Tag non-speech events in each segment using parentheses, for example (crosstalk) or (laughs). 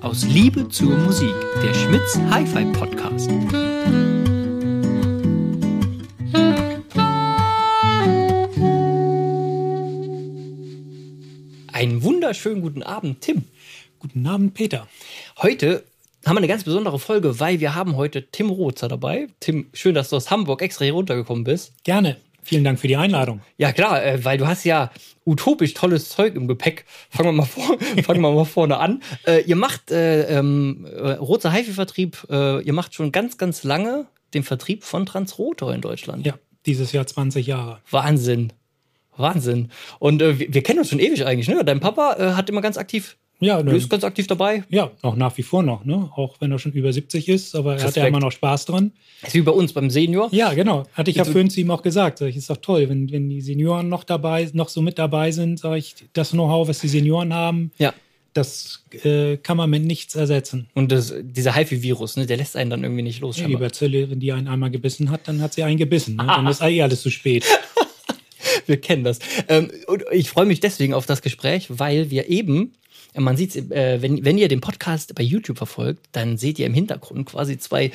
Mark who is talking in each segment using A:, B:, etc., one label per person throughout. A: Aus Liebe zur Musik, der Schmitz Hi-Fi Podcast. Einen wunderschönen guten Abend, Tim.
B: Guten Abend, Peter.
A: Heute haben wir eine ganz besondere Folge, weil wir haben heute Tim Rotzer dabei. Tim, schön, dass du aus Hamburg extra hier runtergekommen bist.
B: Gerne. Vielen Dank für die Einladung.
A: Ja, klar, äh, weil du hast ja utopisch tolles Zeug im Gepäck. Fangen wir mal, vor, (laughs) fangen wir mal vorne an. Äh, ihr macht äh, ähm, äh, Roter Haifi-Vertrieb, äh, ihr macht schon ganz, ganz lange den Vertrieb von Transrotor in Deutschland.
B: Ja, dieses Jahr 20 Jahre.
A: Wahnsinn. Wahnsinn. Und äh, wir, wir kennen uns schon ewig eigentlich, ne? Dein Papa äh, hat immer ganz aktiv,
B: Ja,
A: du
B: ne,
A: ist ganz aktiv dabei.
B: ja, auch nach wie vor noch, ne? Auch wenn er schon über 70 ist, aber er hat ja
A: Respekt.
B: immer noch Spaß dran.
A: Ist wie bei uns beim Senior.
B: Ja, genau. Hatte ich ja
A: Du-
B: vorhin zu ihm auch gesagt. Sag ich, ist doch toll, wenn, wenn die Senioren noch dabei, noch so mit dabei sind, sag ich, das Know-how, was die Senioren haben,
A: Ja.
B: das äh, kann man mit nichts ersetzen.
A: Und das, dieser HIFI-Virus, ne, der lässt einen dann irgendwie nicht los.
B: Die
A: scheinbar.
B: Bazille, wenn die einen einmal gebissen hat, dann hat sie einen
A: (laughs)
B: gebissen. Ne? Dann ist eh alles zu spät.
A: Wir kennen das. Ähm, und ich freue mich deswegen auf das Gespräch, weil wir eben, man sieht es, äh, wenn, wenn ihr den Podcast bei YouTube verfolgt, dann seht ihr im Hintergrund quasi zwei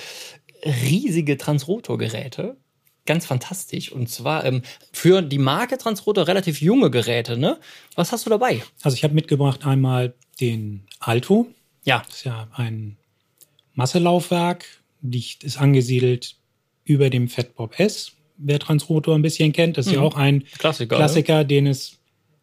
A: riesige Transrotor-Geräte. Ganz fantastisch. Und zwar ähm, für die Marke Transrotor relativ junge Geräte, ne? Was hast du dabei?
B: Also ich habe mitgebracht einmal den Alto,
A: Ja,
B: ist ja ein Masselaufwerk, liegt, ist angesiedelt über dem Fatbob S, wer Transrotor ein bisschen kennt. Das ist ja auch ein
A: Klassiker.
B: Klassiker, den es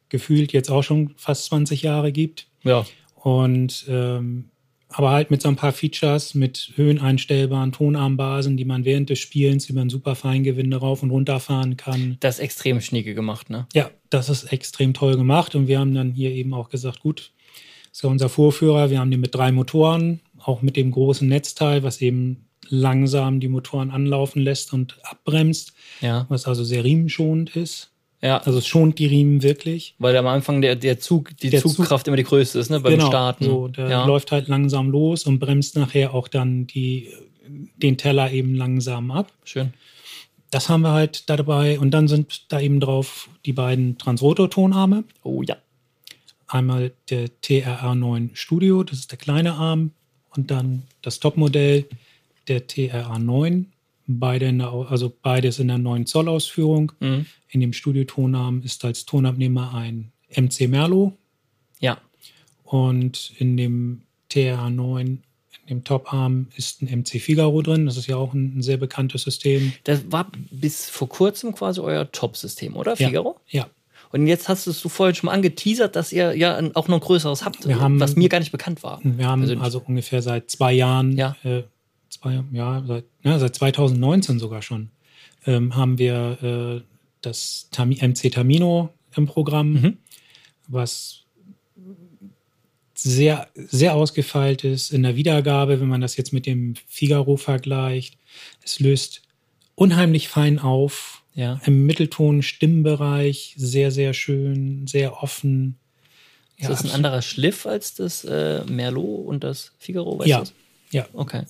B: gefühlt jetzt auch schon fast 20 Jahre gibt.
A: Ja.
B: Und ähm, aber halt mit so ein paar Features, mit höheneinstellbaren Tonarmbasen, die man während des Spielens über ein super Feingewinde rauf und runter fahren kann.
A: Das ist extrem schnieke gemacht, ne?
B: Ja, das ist extrem toll gemacht. Und wir haben dann hier eben auch gesagt, gut, ist ja unser Vorführer. Wir haben den mit drei Motoren, auch mit dem großen Netzteil, was eben langsam die Motoren anlaufen lässt und abbremst,
A: Ja.
B: was also sehr riemenschonend ist.
A: Ja.
B: Also es schont die Riemen wirklich.
A: weil am Anfang der, der Zug, die
B: Der Zug- Genau,
A: Zugkraft immer die größte ist, ne? Beim Starten.
B: So, der
A: ja.
B: läuft halt langsam los und bremst nachher auch dann die, den Teller eben langsam ab.
A: Schön.
B: Das haben wir halt da dabei. Und dann sind da eben drauf die beiden Transrotor-Tonarme.
A: Oh ja.
B: Einmal der TRA9 Studio, das ist der kleine Arm. Und dann das Topmodell, der TRA9. Beide in der, Au- also beides in der 9 Zoll Ausführung.
A: Mhm.
B: In dem Studio-Tonarm ist als Tonabnehmer ein MC Merlo
A: Ja.
B: Und in dem TR9, in dem Toparm, ist ein MC Figaro drin. Das ist ja auch ein, ein sehr bekanntes System.
A: Das war bis vor kurzem quasi euer Top-System, oder? Figaro?
B: Ja.
A: Und jetzt hast du es du vorhin schon mal angeteasert, dass ihr ja ein- auch noch ein größeres habt,
B: Wir haben-
A: was mir gar nicht bekannt war.
B: Und Wir haben
A: Also-
B: also, ungefähr seit zwei Jahren,
A: Ja.
B: äh, zwei, ja, seit, ja, seit 2019 sogar schon, ähm, haben wir äh, das Tami MC Tamino im Programm,
A: Mhm.
B: was sehr, sehr ausgefeilt ist in der Wiedergabe, wenn man das jetzt mit dem Figaro vergleicht. Es löst unheimlich fein auf.
A: Ja.
B: Im Mittelton, Stimmbereich, sehr, sehr schön, sehr offen.
A: Ist das ein
B: absolut.
A: anderer Schliff als das äh, Merlot und das Figaro? Weißt
B: Ja,
A: du's?
B: ja.
A: Okay.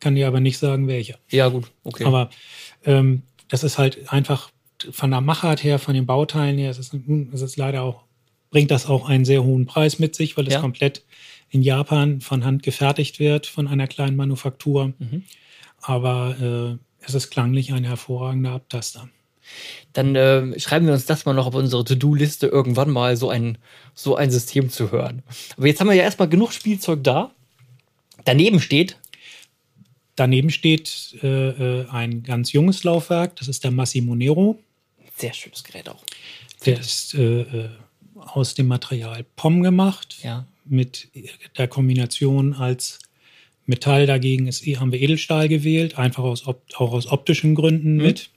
B: Kann dir aber nicht sagen, welcher.
A: Ja, gut. Okay.
B: Aber ähm, das ist halt einfach von der Machart her, von den Bauteilen her, es ist, ein- es ist leider auch, bringt das auch einen sehr hohen Preis mit sich, weil es
A: Ja.
B: komplett in Japan von Hand gefertigt wird, von einer kleinen Manufaktur.
A: Mhm.
B: Aber äh, es ist klanglich ein hervorragender Abtaster.
A: Dann äh, schreiben wir uns das mal noch auf unsere To-Do-Liste, irgendwann mal so ein, so ein System zu hören. Aber jetzt haben wir ja erstmal genug Spielzeug da. Daneben steht,
B: Daneben steht äh, äh, ein ganz junges Laufwerk, das ist der Massimo Nero.
A: sehr schönes Gerät auch.
B: Der ist äh, äh, aus dem Material POM gemacht.
A: Ja.
B: mit der Kombination als Metall dagegen ist, haben wir Edelstahl gewählt, einfach aus, op- auch aus optischen Gründen
A: Mhm.
B: mit.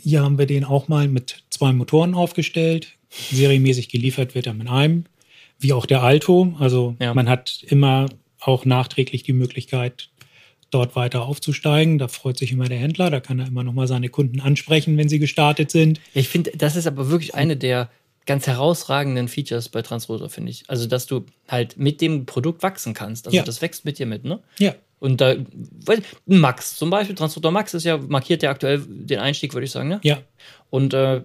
B: Hier haben wir den auch mal mit zwei Motoren aufgestellt. Serienmäßig geliefert wird er mit einem, wie auch der Alto. Also
A: Ja.
B: man hat immer auch nachträglich die Möglichkeit, dort weiter aufzusteigen. Da freut sich immer der Händler, da kann er immer noch mal seine Kunden ansprechen, wenn sie gestartet sind.
A: Ich finde, das ist aber wirklich eine der ganz herausragenden Features bei Transrosa, finde ich. Also, dass du halt mit dem Produkt wachsen kannst. Also,
B: Ja.
A: das wächst mit dir mit, ne?
B: Ja,
A: Und da, weiß, Max zum Beispiel, Transrotor Max ist ja, markiert ja aktuell den Einstieg, würde ich sagen, ne?
B: ja,
A: Und äh,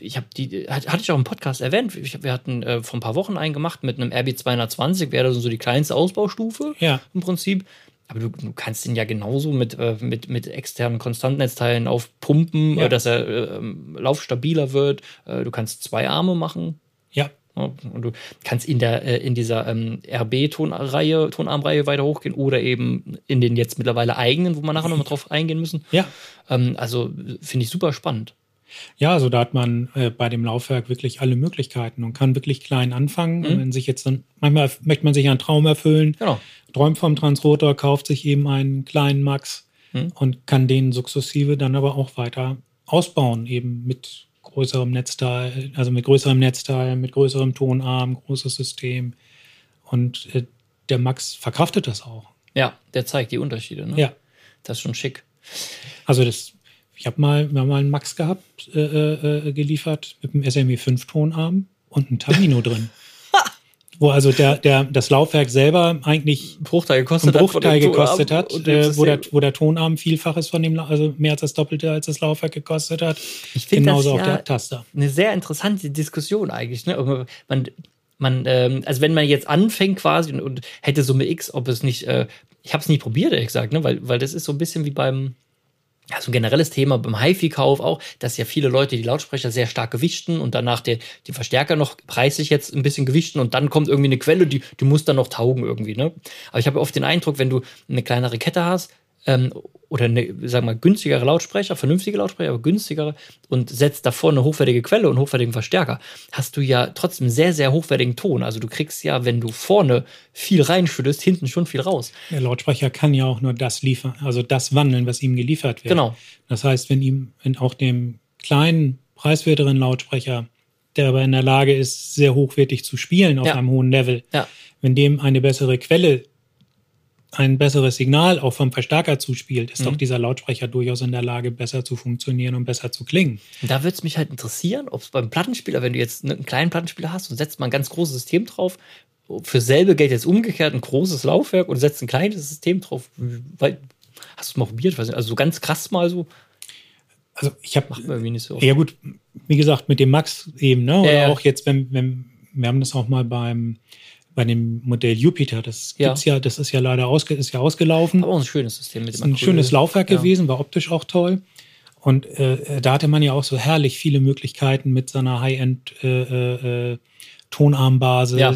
A: ich habe die, hat- hatte ich auch im Podcast erwähnt, ich, wir hatten äh, vor ein paar Wochen einen gemacht mit einem RB220, wäre das so die kleinste Ausbaustufe
B: Ja.
A: im Prinzip. Aber du, du kannst ihn ja genauso mit, äh, mit, mit externen Konstantnetzteilen aufpumpen,
B: Ja.
A: äh, dass er äh, ähm, laufstabiler wird. Äh, du kannst zwei Arme machen.
B: Ja,
A: Ja, und du kannst in der äh, in dieser ähm, RB-Tonreihe, Tonarmreihe weiter hochgehen oder eben in den jetzt mittlerweile eigenen, wo wir nachher nochmal drauf eingehen müssen.
B: ja.
A: Ähm, also äh, finde ich super spannend.
B: Ja, also da hat man äh, bei dem Laufwerk wirklich alle Möglichkeiten und kann wirklich klein anfangen. Und wenn sich jetzt dann, manchmal f- möchte man sich einen Traum erfüllen,
A: Genau.
B: träumt vom Transrotor, kauft sich eben einen kleinen Max und kann den sukzessive dann aber auch weiter ausbauen, eben mit größerem Netzteil, also mit größerem Netzteil, mit größerem Tonarm, großes System. Und äh, der Max verkraftet das auch.
A: Ja, der zeigt die Unterschiede. Ne?
B: Ja.
A: Das ist schon schick.
B: Also das, ich habe mal, wir haben mal einen Max gehabt, äh, äh, äh, geliefert mit einem SME 5 Tonarm und
A: (laughs)
B: einem Tamino drin. Wo also der, der, das Laufwerk selber eigentlich
A: Ein Bruchteil
B: einen
A: gekostet hat. von
B: Bruchteil
A: dem
B: gekostet
A: Tonarm
B: hat,
A: und dem
B: äh, wo, der,
A: System.
B: wo der Tonarm vielfaches von dem, La- also mehr als das Doppelte, als das Laufwerk gekostet hat.
A: Ich find das
B: Genauso auf
A: ja-
B: der Abtaster.
A: eine sehr interessante Diskussion eigentlich. Ne? Aber Man, man, ähm, also wenn man jetzt anfängt quasi und, und hätte Summe X, ob es nicht, äh, ich habe es nie probiert, ehrlich gesagt, ne? weil, weil das ist so ein bisschen wie beim, ja, so ein generelles Thema beim HiFi-Kauf auch, dass ja viele Leute die Lautsprecher sehr stark gewichten und danach der, die Verstärker noch preislich jetzt ein bisschen gewichten und dann kommt irgendwie eine Quelle, die, die muss dann noch taugen irgendwie. Ne? Aber ich habe oft den Eindruck, wenn du eine kleinere Kette hast ähm, oder eine, sagen wir mal, günstigere Lautsprecher, vernünftige Lautsprecher, aber günstigere und setzt davor eine hochwertige Quelle und einen hochwertigen Verstärker, hast du ja trotzdem sehr, sehr hochwertigen Ton. Also du kriegst ja, wenn du vorne viel reinschüttest, hinten schon viel raus.
B: Der Lautsprecher kann ja auch nur das liefern, also das wandeln, was ihm geliefert wird.
A: Genau.
B: Das heißt, wenn ihm, wenn auch dem kleinen, preiswerteren Lautsprecher, der aber in der Lage ist, sehr hochwertig zu spielen auf
A: Ja.
B: einem hohen Level,
A: Ja.
B: wenn dem eine bessere Quelle, ein besseres Signal auch vom Verstärker zuspielt, ist doch
A: Mhm.
B: dieser Lautsprecher durchaus in der Lage, besser zu funktionieren und besser zu klingen.
A: Und da würde es mich halt interessieren, ob es beim Plattenspieler, wenn du jetzt ne- einen kleinen Plattenspieler hast und setzt mal ein ganz großes System drauf, für selbe Geld jetzt umgekehrt ein großes Laufwerk und setzt ein kleines System drauf. Weil, hast du es mal probiert? Weiß nicht, Also so ganz krass mal so.
B: Also ich habe
A: Macht man irgendwie nicht so oft.
B: Ja, gut, wie gesagt, mit dem Max eben, ne? Oder
A: Ja, ja.
B: auch jetzt, wenn, wenn, wir haben das auch mal beim bei dem Modell Jupiter, das
A: Ja.
B: gibt's ja, das ist ja leider ausge, ist ja ausgelaufen.
A: Aber auch ein schönes System mit
B: ist
A: dem
B: ein
A: Acryl.
B: schönes Laufwerk
A: Ja.
B: gewesen, war optisch auch toll. Und äh, äh, da hatte man ja auch so herrlich viele Möglichkeiten mit seiner High-End äh, äh, Tonarmbasis
A: Ja.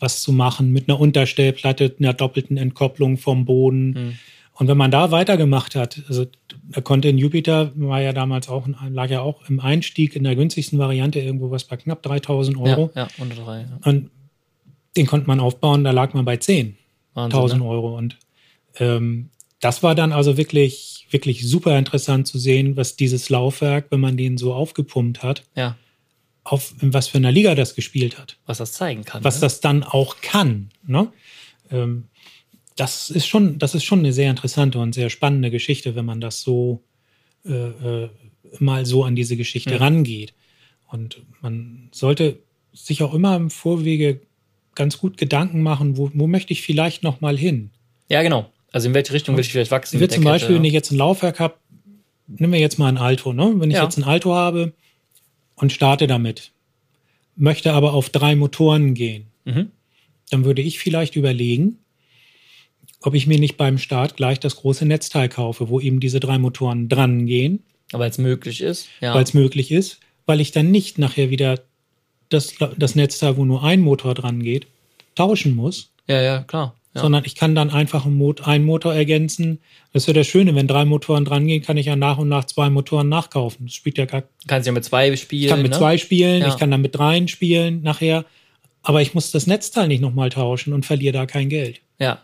B: was zu machen, mit einer Unterstellplatte, einer doppelten Entkopplung vom Boden.
A: Hm.
B: Und wenn man da weitergemacht hat, also er konnte in Jupiter, war ja damals auch, ein- lag ja auch im Einstieg in der günstigsten Variante irgendwo was bei knapp 3000 Euro.
A: Ja, ja, unter drei. Ja.
B: Und den konnte man aufbauen, da lag man bei 10.
A: Wahnsinn,
B: 1000
A: ne?
B: Euro. Und ähm, das war dann also wirklich, wirklich super interessant zu sehen, was dieses Laufwerk, wenn man den so aufgepumpt hat,
A: Ja,
B: auf in was für einer Liga das gespielt hat.
A: was das zeigen kann.
B: Was
A: ne?
B: das dann auch kann. Ne? Ähm, das ist schon, das ist schon eine sehr interessante und sehr spannende Geschichte, wenn man das so äh, äh, mal so an diese Geschichte rangeht. Und man sollte sich auch immer im Vorwege ganz gut Gedanken machen, wo, wo möchte ich vielleicht noch mal hin?
A: Ja, genau. Also in welche Richtung will ich vielleicht wachsen?
B: Ich
A: mit der
B: will zum Beispiel,
A: Kette,
B: wenn
A: ne?
B: ich jetzt ein Laufwerk habe, nehmen wir jetzt mal ein Alto, ne? Wenn ich
A: Ja.
B: jetzt ein Alto habe und starte damit, möchte aber auf drei Motoren gehen,
A: Mhm.
B: dann würde ich vielleicht überlegen, ob ich mir nicht beim Start gleich das große Netzteil kaufe, wo eben diese drei Motoren dran gehen,
A: Aber es möglich ist. Ja.
B: weil es möglich ist, weil ich dann nicht nachher wieder das, das Netzteil, wo nur ein Motor dran geht, tauschen muss
A: ja, ja, klar. Ja.
B: sondern ich kann dann einfach einen, Mot einen Motor ergänzen. Das ist ja das Schöne, wenn drei Motoren dran gehen, kann ich ja nach und nach zwei Motoren nachkaufen. Das spielt ja gar,
A: Kannst ja mit zwei spielen.
B: ich kann mit
A: ne?
B: zwei spielen,
A: Ja.
B: ich kann dann mit dreien spielen nachher, aber ich muss das Netzteil nicht nochmal tauschen und verliere da kein Geld.
A: Ja.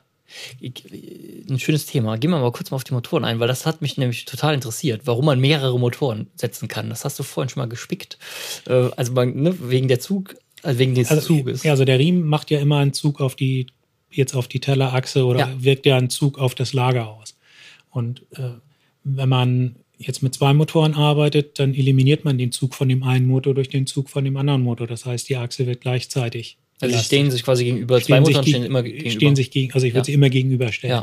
A: Ich- äh, Ein schönes Thema. Gehen wir mal kurz mal auf die Motoren ein, weil das hat mich nämlich total interessiert, warum man mehrere Motoren setzen kann. Das hast du vorhin schon mal gespickt. Äh, Also man, ne, wegen der Zug, also wegen des
B: Also,
A: Zuges.
B: ja, also der Riemen macht ja immer einen Zug auf die, jetzt auf die Tellerachse oder
A: Ja.
B: wirkt ja einen Zug auf das Lager aus. Und äh, wenn man jetzt mit zwei Motoren arbeitet, dann eliminiert man den Zug von dem einen Motor durch den Zug von dem anderen Motor. Das heißt, die Achse wird gleichzeitig.
A: also sie
B: belastet.
A: stehen sich quasi gegenüber. Zwei
B: stehen
A: Motoren
B: sich,
A: stehen immer
B: gegen,
A: gegenüber.
B: stehen sich gegen, also ich würde
A: Ja.
B: sie immer gegenüberstellen.
A: ja.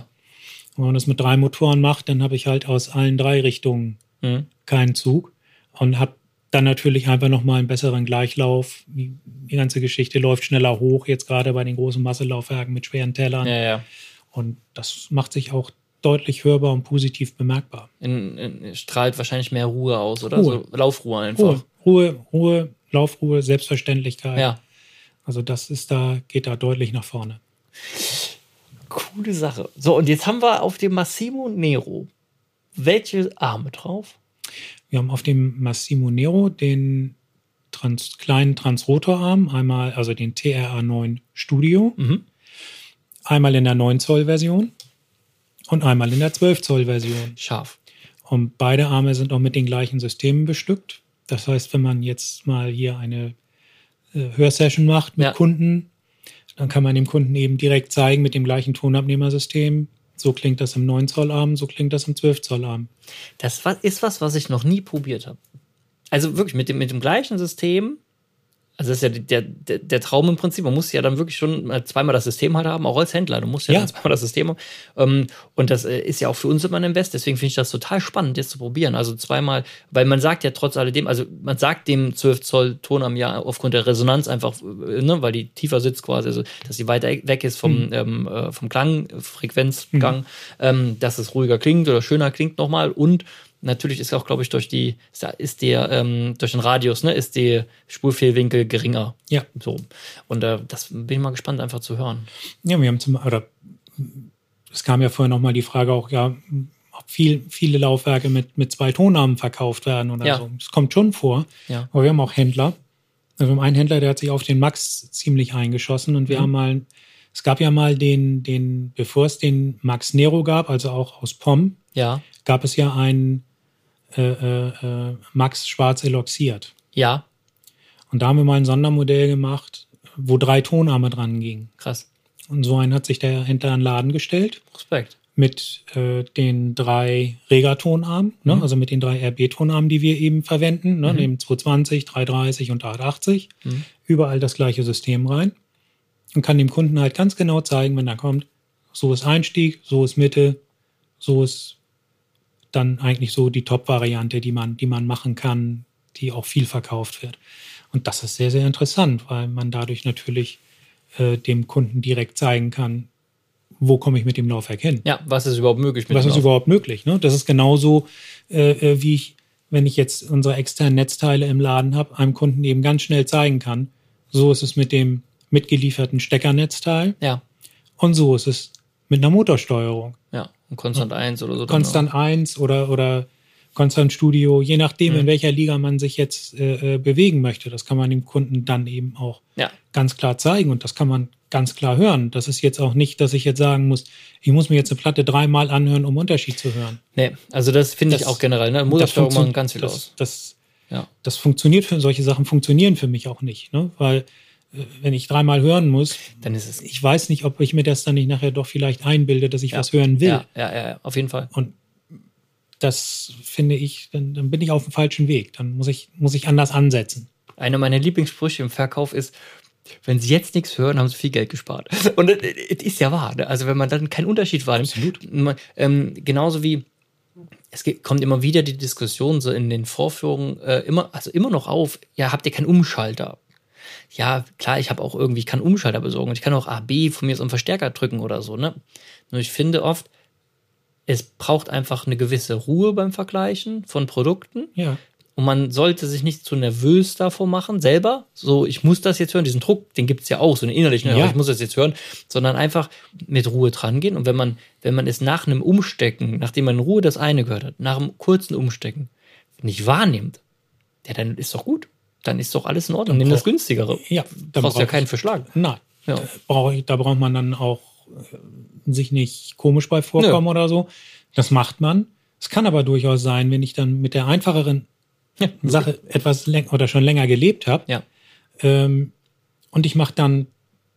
B: Und wenn man das mit drei Motoren macht, dann habe ich halt aus allen drei Richtungen
A: Mhm.
B: keinen Zug und habe Dann natürlich einfach nochmal einen besseren Gleichlauf. Die die ganze Geschichte läuft schneller hoch, jetzt gerade bei den großen Masselaufwerken mit schweren Tellern.
A: Ja, ja.
B: Und das macht sich auch deutlich hörbar und positiv bemerkbar.
A: In, in, strahlt wahrscheinlich mehr Ruhe aus oder
B: Ruhe.
A: so. Laufruhe einfach.
B: Ruhe, Ruhe, Ruhe, Laufruhe, Selbstverständlichkeit.
A: Ja.
B: Also das ist da, geht da deutlich nach vorne.
A: Coole Sache. So, und jetzt haben wir auf dem Massimo Nero welche Arme drauf?
B: Wir haben auf dem Massimo Nero den trans, kleinen Transrotorarm, einmal also den TRA9 Studio,
A: Mhm.
B: einmal in der 9 Zoll Version und einmal in der 12 Zoll Version.
A: Scharf.
B: Und beide Arme sind auch mit den gleichen Systemen bestückt. Das heißt, wenn man jetzt mal hier eine äh, Hörsession macht mit
A: Ja.
B: Kunden, dann kann man dem Kunden eben direkt zeigen mit dem gleichen Tonabnehmersystem. So klingt das im 9 Zoll Arm, so klingt das im 12 Zoll Arm.
A: Das wa- ist was, was ich noch nie probiert habe. Also wirklich mit dem, mit dem gleichen System. Also das ist ja der, der, der Traum im Prinzip. Man muss ja dann wirklich schon äh, zweimal das System halt haben, auch als Händler. Du musst ja,
B: Ja.
A: Dann zweimal das System haben. Ähm, und das äh, ist ja auch für uns immer ein Invest. Deswegen finde ich das total spannend, jetzt zu probieren. Also zweimal, weil man sagt ja trotz alledem, also man sagt dem 12 Zoll Ton am Jahr aufgrund der Resonanz einfach, äh, ne, weil die tiefer sitzt quasi, also dass sie weiter weg ist vom, ähm, äh, vom Klangfrequenzgang, ähm, dass es ruhiger klingt oder schöner klingt nochmal und Natürlich ist auch, glaube ich, durch die, ist da- ist der, ähm, durch den Radius, ne, ist der Spurfehlwinkel geringer.
B: Ja.
A: So. Und äh, das bin ich mal gespannt, einfach zu hören.
B: Ja, wir haben zum oder es kam ja vorher nochmal die Frage auch, ja, ob viel, viele Laufwerke mit, mit zwei Tonarmen verkauft werden oder
A: Ja.
B: so. Es kommt schon vor.
A: Ja.
B: Aber wir haben auch Händler. Also wir haben einen Händler, der hat sich auf den Max ziemlich eingeschossen und wir
A: Mhm.
B: haben mal, es gab ja mal den, den, bevor es den Max Nero gab, also auch aus Pom,
A: Ja.
B: gab es ja einen äh, äh, äh, Max Schwarz eloxiert.
A: Ja.
B: Und da haben wir mal ein Sondermodell gemacht, wo drei Tonarme dran gingen.
A: Krass.
B: Und so einen hat sich der Händler in den Laden gestellt
A: Respekt.
B: mit äh, den drei Regatonarmen, ne?
A: Mhm.
B: also mit den drei RB-Tonarmen, die wir eben verwenden, ne?
A: Mhm.
B: dem 220, 330 und 880,
A: Mhm.
B: überall das gleiche System rein und kann dem Kunden halt ganz genau zeigen, wenn er kommt, so ist Einstieg, so ist Mitte, so ist dann eigentlich so die Top-Variante, die man, die man machen kann, die auch viel verkauft wird. Und das ist sehr, sehr interessant, weil man dadurch natürlich äh, dem Kunden direkt zeigen kann, wo komme ich mit dem Laufwerk hin
A: Ja, was ist überhaupt möglich mit
B: was
A: dem
B: ist
A: Lauf?
B: überhaupt möglich? Ne? Das ist genauso, äh, äh, wie ich, wenn ich jetzt unsere externen Netzteile im Laden habe, einem Kunden eben ganz schnell zeigen kann. So ist es mit dem mitgelieferten Steckernetzteil
A: Ja.
B: und so ist es mit einer Motorsteuerung.
A: Ja. Und Konstant 1 oder so. dann
B: Konstant 1 oder, oder Konstant Studio, je nachdem, in welcher Liga man sich jetzt äh, äh, bewegen möchte. Das kann man dem Kunden dann eben auch
A: auch. Ja.
B: ganz klar zeigen und das kann man ganz klar hören. Das ist jetzt auch nicht, dass ich jetzt sagen muss, ich muss mir jetzt eine Platte dreimal anhören, um Unterschied zu hören.
A: Nee, also das finde ich
B: Das-
A: auch generell. Ne?
B: Das
A: Motorsteuerung
B: funktio-
A: machen ganz viel
B: das,
A: aus.
B: Das,
A: Ja.
B: das funktioniert für solche Sachen funktionieren für mich auch nicht, ne? weil äh, wenn ich dreimal hören muss,
A: Dann ist es.
B: ich weiß nicht, ob ich mir das dann nicht nachher doch vielleicht einbilde, dass ich was hören will.
A: Ja, ja, ja, ja, auf jeden Fall.
B: Das finde ich, dann, dann bin ich auf dem falschen Weg. Dann muss ich, muss ich anders ansetzen.
A: Einer meiner Lieblingssprüche im Verkauf ist, wenn sie jetzt nichts hören, haben sie viel Geld gespart. (laughs) Und es es ist ja wahr. Ne? Also wenn man dann keinen Unterschied wahrnimmt.
B: Absolut.
A: Man, ähm, genauso wie es gibt, kommt immer wieder die Diskussion so in den Vorführungen äh, immer, also immer noch auf, ja, habt ihr keinen Umschalter? Ja, klar, ich habe auch irgendwie, ich kann Umschalter besorgen und ich kann auch A, B von mir so einen Verstärker drücken oder so, ne? Nur ich finde oft, es braucht einfach eine gewisse Ruhe beim Vergleichen von Produkten.
B: Ja.
A: Und man sollte sich nicht zu nervös davor machen, selber. So, ich muss das jetzt hören. Diesen Druck, den gibt es ja auch, so einen innerlichen, oh,
B: Ja.
A: ich muss das jetzt hören. Sondern einfach mit Ruhe dran gehen. Und wenn man, wenn man es nach einem Umstecken, nachdem man in Ruhe das eine gehört hat, nach einem kurzen Umstecken nicht wahrnimmt, ja, dann ist doch gut. Dann ist doch alles in Ordnung. Nimm das
B: brauch-
A: günstigere.
B: Ja,
A: Du
B: dann
A: brauchst ja
B: brauch ich-
A: keinen Verschlag.
B: Nein.
A: Ja.
B: Da brauch ich, da braucht man dann auch äh, sich nicht komisch bei vorkommen oder so. Das macht man. Es kann aber durchaus sein, wenn ich dann mit der einfacheren
A: Ja.
B: Sache etwas länger oder schon länger gelebt habe.
A: Ja.
B: Ähm, und ich mache dann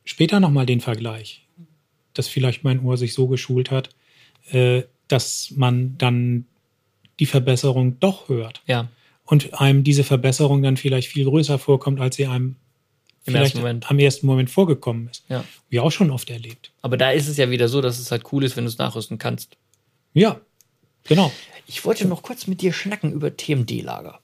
B: später nochmal den Vergleich, dass vielleicht mein Ohr sich so geschult hat, äh, dass man dann die Verbesserung doch hört.
A: Ja,
B: Und einem diese Verbesserung dann vielleicht viel größer vorkommt, als sie einem
A: Im
B: vielleicht
A: ersten Moment.
B: am ersten Moment vorgekommen ist.
A: ja.
B: Wie auch schon oft erlebt.
A: Aber da ist es ja wieder so, dass es halt cool ist, wenn du es nachrüsten kannst.
B: Ja, genau.
A: Ich wollte noch kurz mit dir schnacken über TMD-Lager.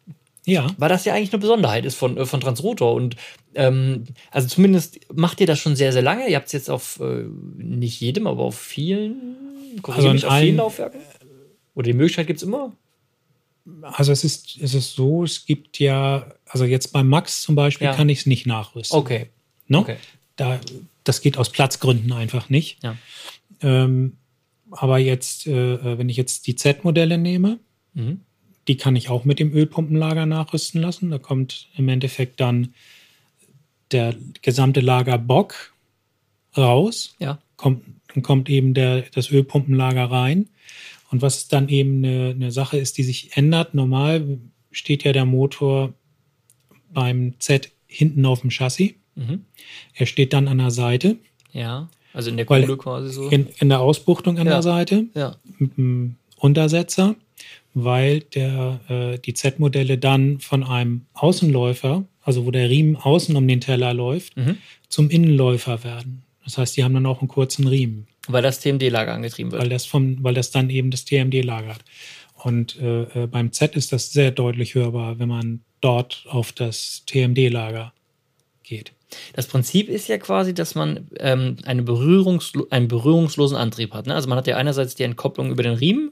B: Ja.
A: weil das ja eigentlich eine Besonderheit ist von, äh, von Transrotor. Und ähm, also zumindest macht ihr das schon sehr, sehr lange. Ihr habt es jetzt auf äh, nicht jedem, aber auf vielen,
B: Also
A: also
B: in
A: mich, auf vielen
B: allen-
A: Laufwerken. Oder die Möglichkeit gibt es immer.
B: Also es ist, es ist so, es gibt ja, also jetzt bei Max zum Beispiel
A: Ja.
B: kann ich es nicht nachrüsten.
A: Okay.
B: ne?
A: okay.
B: Da, das geht aus Platzgründen einfach nicht.
A: Ja.
B: Ähm, aber jetzt, äh, äh, wenn ich jetzt die Z-Modelle nehme,
A: Mhm.
B: die kann ich auch mit dem Ölpumpenlager nachrüsten lassen. Da kommt im Endeffekt dann der gesamte Lagerbock raus
A: Ja.
B: kommt, dann kommt eben der, das Ölpumpenlager rein. Und was dann eben eine, eine Sache ist, die sich ändert, normal steht ja der Motor beim Z hinten auf dem Chassis.
A: Mhm.
B: Er steht dann an der Seite,
A: Ja. Also in der
B: Weil-
A: Kohle quasi so.
B: in, in der Ausbuchtung an
A: Ja.
B: der Seite,
A: Ja.
B: mit dem Untersetzer, weil der, äh, die Z-Modelle dann von einem Außenläufer, also wo der Riemen außen um den Teller läuft,
A: Mhm.
B: zum Innenläufer werden. Das heißt, die haben dann auch einen kurzen Riemen.
A: Weil das TMD-Lager angetrieben wird.
B: weil das, vom, weil das dann eben das TMD lagert. Und äh, äh, beim Z ist das sehr deutlich hörbar, wenn man dort auf das TMD-Lager geht.
A: Das Prinzip ist ja quasi, dass man ähm, eine Berührungslo einen berührungslosen Antrieb hat. Ne? Also man hat ja einerseits die Entkopplung über den Riemen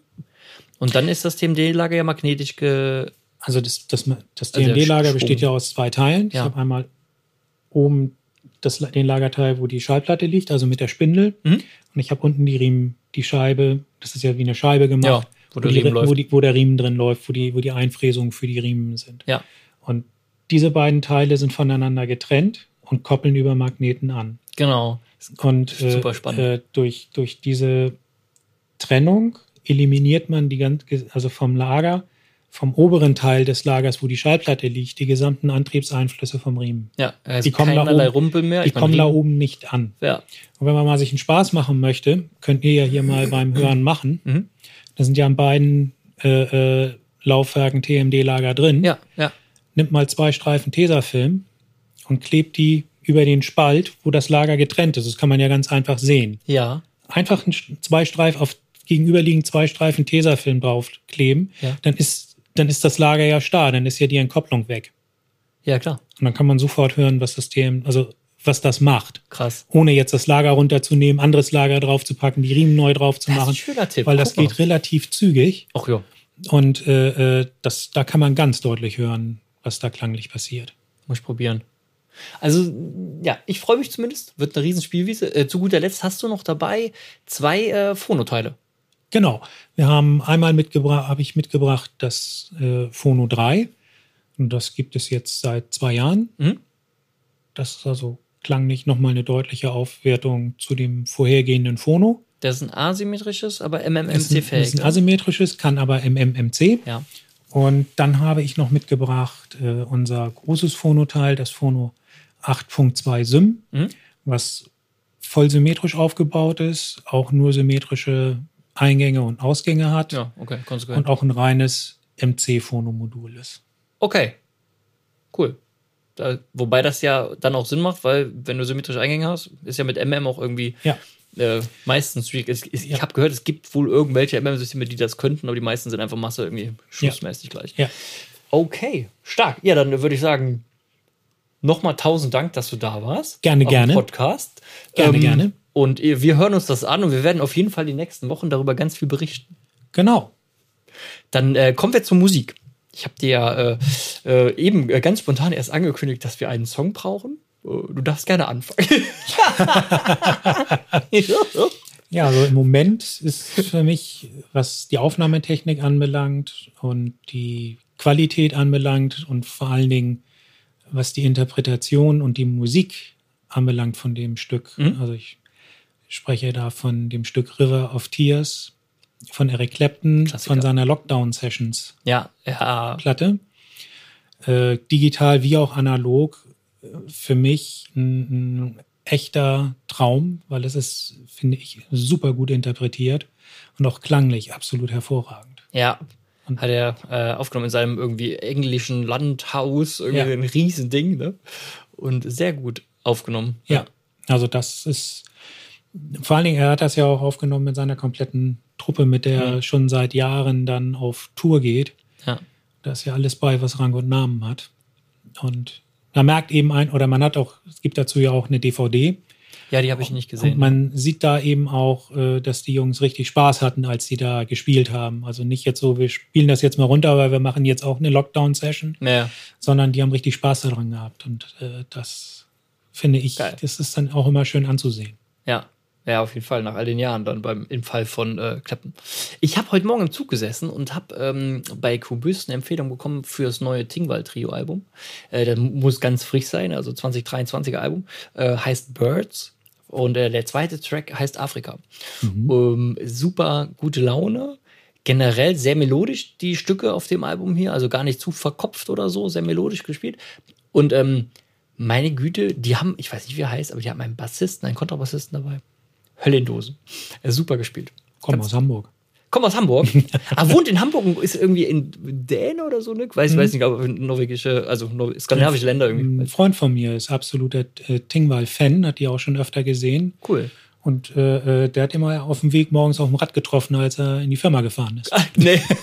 A: und dann ist das TMD-Lager ja magnetisch ge
B: Also das, das, das
A: Also der
B: TMD-Lager
A: Schwung.
B: besteht ja aus zwei Teilen. Ich
A: Ja.
B: habe einmal oben das, La- den Lagerteil, wo die Schallplatte liegt, also mit der Spindel.
A: Mhm.
B: Und ich habe unten die Riemen, die Scheibe, das ist ja wie eine Scheibe gemacht,
A: Ja, wo der
B: die,
A: Riemen
B: Re-
A: läuft.
B: Wo, die, wo der Riemen drin läuft, wo die, wo die Einfräsungen für die Riemen sind.
A: Ja.
B: Und diese beiden Teile sind voneinander getrennt und koppeln über Magneten an.
A: Genau.
B: Und
A: ist
B: äh,
A: super spannend.
B: Äh, durch, durch diese Trennung eliminiert man die ganz, also vom Lager, vom oberen Teil des Lagers, wo die Schallplatte liegt, die gesamten Antriebseinflüsse vom Riemen.
A: Ja, also
B: Die kommen da
A: keinerlei
B: oben-
A: Rumpel mehr.
B: die
A: Ich meine,
B: kommen da
A: Riemen-
B: oben nicht an.
A: Ja.
B: Und wenn man mal sich einen Spaß machen möchte, könnt ihr ja hier mal beim Hören machen.
A: Mhm.
B: Da sind ja an beiden äh, äh, Laufwerken TMD-Lager drin.
A: ja, ja.
B: Nimmt mal zwei Streifen Tesafilm und klebt die über den Spalt, wo das Lager getrennt ist. Das kann man ja ganz einfach sehen.
A: Ja,
B: einfach ein, Sch- zwei Streifen auf gegenüberliegend zwei Streifen Tesafilm draufkleben,
A: Ja.
B: dann ist dann ist das Lager ja starr, dann ist ja die Entkopplung weg
A: ja, klar.
B: und dann kann man sofort hören, was das TM, also was das macht,
A: Krass.
B: ohne jetzt das Lager runterzunehmen, anderes Lager draufzupacken, die Riemen
A: Das
B: neu
A: ist ein
B: draufzumachen,
A: schöner Tipp.
B: weil das
A: Guck mal.
B: geht relativ zügig
A: Ach ja,
B: und äh, äh, das da kann man ganz deutlich hören, was da klanglich passiert.
A: muss ich probieren. Also, ja, ich freue mich zumindest. Wird eine Riesenspielwiese. Äh, zu guter Letzt hast du noch dabei zwei äh, Phonoteile.
B: Genau. Wir haben einmal mitgebracht, habe ich mitgebracht das äh, Phono 3. Und das gibt es jetzt seit zwei Jahren.
A: Mhm.
B: Das ist also klanglich nochmal eine deutliche Aufwertung zu dem vorhergehenden Phono.
A: Das ist ein asymmetrisches, aber
B: Das ist ein,
A: MMMC-fähig.
B: ist ein asymmetrisches, kann aber im MMC.
A: ne? ja.
B: Und dann habe ich noch mitgebracht äh, unser großes Phono-Teil, das Phono 8.2 Sym,
A: Mhm.
B: was voll symmetrisch aufgebaut ist, auch nur symmetrische Eingänge und Ausgänge hat.
A: ja, okay, konsequent.
B: und auch ein reines MC-Phonomodul ist.
A: Okay. Cool. Da, wobei das ja dann auch Sinn macht, weil wenn du symmetrische Eingänge hast, ist ja mit MM auch irgendwie
B: Ja.
A: äh, meistens schwierig. Es, es,
B: Ja.
A: Ich habe gehört, es gibt wohl irgendwelche MM-Systeme, die das könnten, aber die meisten sind einfach Masse irgendwie schussmäßig gleich.
B: Ja.
A: Okay, stark. Ja, dann würde ich sagen, nochmal tausend Dank, dass du da warst.
B: Gerne,
A: Auf dem
B: gerne.
A: Podcast. Ähm,
B: Gerne, gerne.
A: Und ihr- wir hören uns das an und wir werden auf jeden Fall die nächsten Wochen darüber ganz viel berichten.
B: Genau.
A: Dann äh, kommen wir zur Musik. Ich habe dir ja äh, äh, eben äh, ganz spontan erst angekündigt, dass wir einen Song brauchen. Äh, Du darfst gerne anfangen.
B: Ja, also im Moment ist für mich, was die Aufnahmetechnik anbelangt und die Qualität anbelangt und vor allen Dingen, was die Interpretation und die Musik anbelangt von dem Stück.
A: Mhm.
B: Also ich spreche da von dem Stück River of Tears von Eric Clapton,
A: Klassiker.
B: von seiner Lockdown-Sessions.
A: ja, ja,
B: Platte. Äh, digital wie auch analog. äh, Für mich ein, ein echter Traum, weil es ist, finde ich, super gut interpretiert und auch klanglich absolut hervorragend.
A: ja. Hat er äh, aufgenommen in seinem irgendwie englischen Landhaus, irgendwie
B: Ja.
A: ein Riesending, ne? Und sehr gut aufgenommen.
B: Ja, also das ist vor allen Dingen, er hat das ja auch aufgenommen mit seiner kompletten Truppe, mit der er schon seit Jahren dann auf Tour geht.
A: Ja.
B: Da ist ja alles bei, was Rang und Namen hat. Und man merkt eben ein, oder man hat auch, es gibt dazu ja auch eine DVD.
A: Ja, die habe ich nicht gesehen.
B: Und man sieht da eben auch, äh, dass die Jungs richtig Spaß hatten, als sie da gespielt haben. Also nicht jetzt so, wir spielen das jetzt mal runter, weil wir machen jetzt auch eine Lockdown-Session,
A: ja.
B: sondern die haben richtig Spaß daran gehabt. Und äh, das finde ich,
A: Geil.
B: das ist dann auch immer schön anzusehen.
A: ja. Ja, auf jeden Fall, nach all den Jahren dann beim im Fall von äh, Kleppen. Ich habe heute Morgen im Zug gesessen und habe ähm, bei Kubus eine Empfehlung bekommen für das neue Tingwall-Trio-Album. Äh, das muss ganz frisch sein, also 2023er Album. Äh, heißt Birds. Und äh, der zweite Track heißt Afrika. Ähm, super gute Laune. Generell sehr melodisch die Stücke auf dem Album hier, also gar nicht zu verkopft oder so, sehr melodisch gespielt. Und ähm, meine Güte, die haben, ich weiß nicht, wie er heißt, aber die haben einen Bassisten, einen Kontrabassisten dabei. Höllendosen. Äh, super gespielt.
B: Komm aus Hamburg.
A: Kommt aus (laughs) Hamburg. ah, wohnt in Hamburg und ist irgendwie in Dänen oder so, ne? Weiß, weiß nicht, aber norwegische, also nor skandinavische Länder
B: Ein
A: irgendwie.
B: Freund von mir ist absoluter äh, Tingwall-Fan, hat die auch schon öfter gesehen.
A: Cool.
B: Und äh, äh, der hat immer auf dem Weg morgens auf dem Rad getroffen, als er in die Firma gefahren ist.
A: nee. (laughs)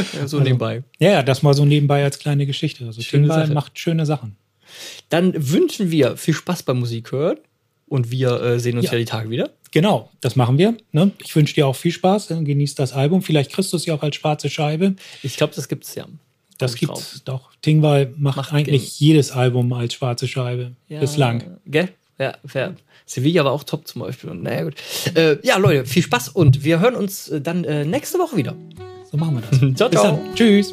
A: Also, Ja, so nebenbei.
B: Ja, ja, das mal so nebenbei als kleine Geschichte. Also
A: Schöne
B: Tingwall
A: Sache.
B: macht schöne Sachen.
A: Dann wünschen wir viel Spaß beim Musik hören und wir äh, sehen uns ja.
B: Ja.
A: die Tage wieder.
B: Genau, das machen wir. Ne? Ich wünsche dir auch viel Spaß, dann genieß das Album. Vielleicht kriegst du es ja auch als schwarze Scheibe.
A: Ich glaube, das gibt's ja.
B: Das
A: ich drauf.
B: gibt's doch. Tingwall macht,
A: Macht
B: eigentlich jedes Album als schwarze Scheibe.
A: ja.
B: Bislang.
A: Gell? Ja, fair. Sevilla war auch top zum Beispiel. Und naja, gut. Äh, ja, Leute, viel Spaß und wir hören uns äh, dann äh, nächste Woche wieder.
B: So machen wir
A: (laughs)
B: das.
A: Ciao,
B: Bis
A: ciao.
B: dann. Tschüss.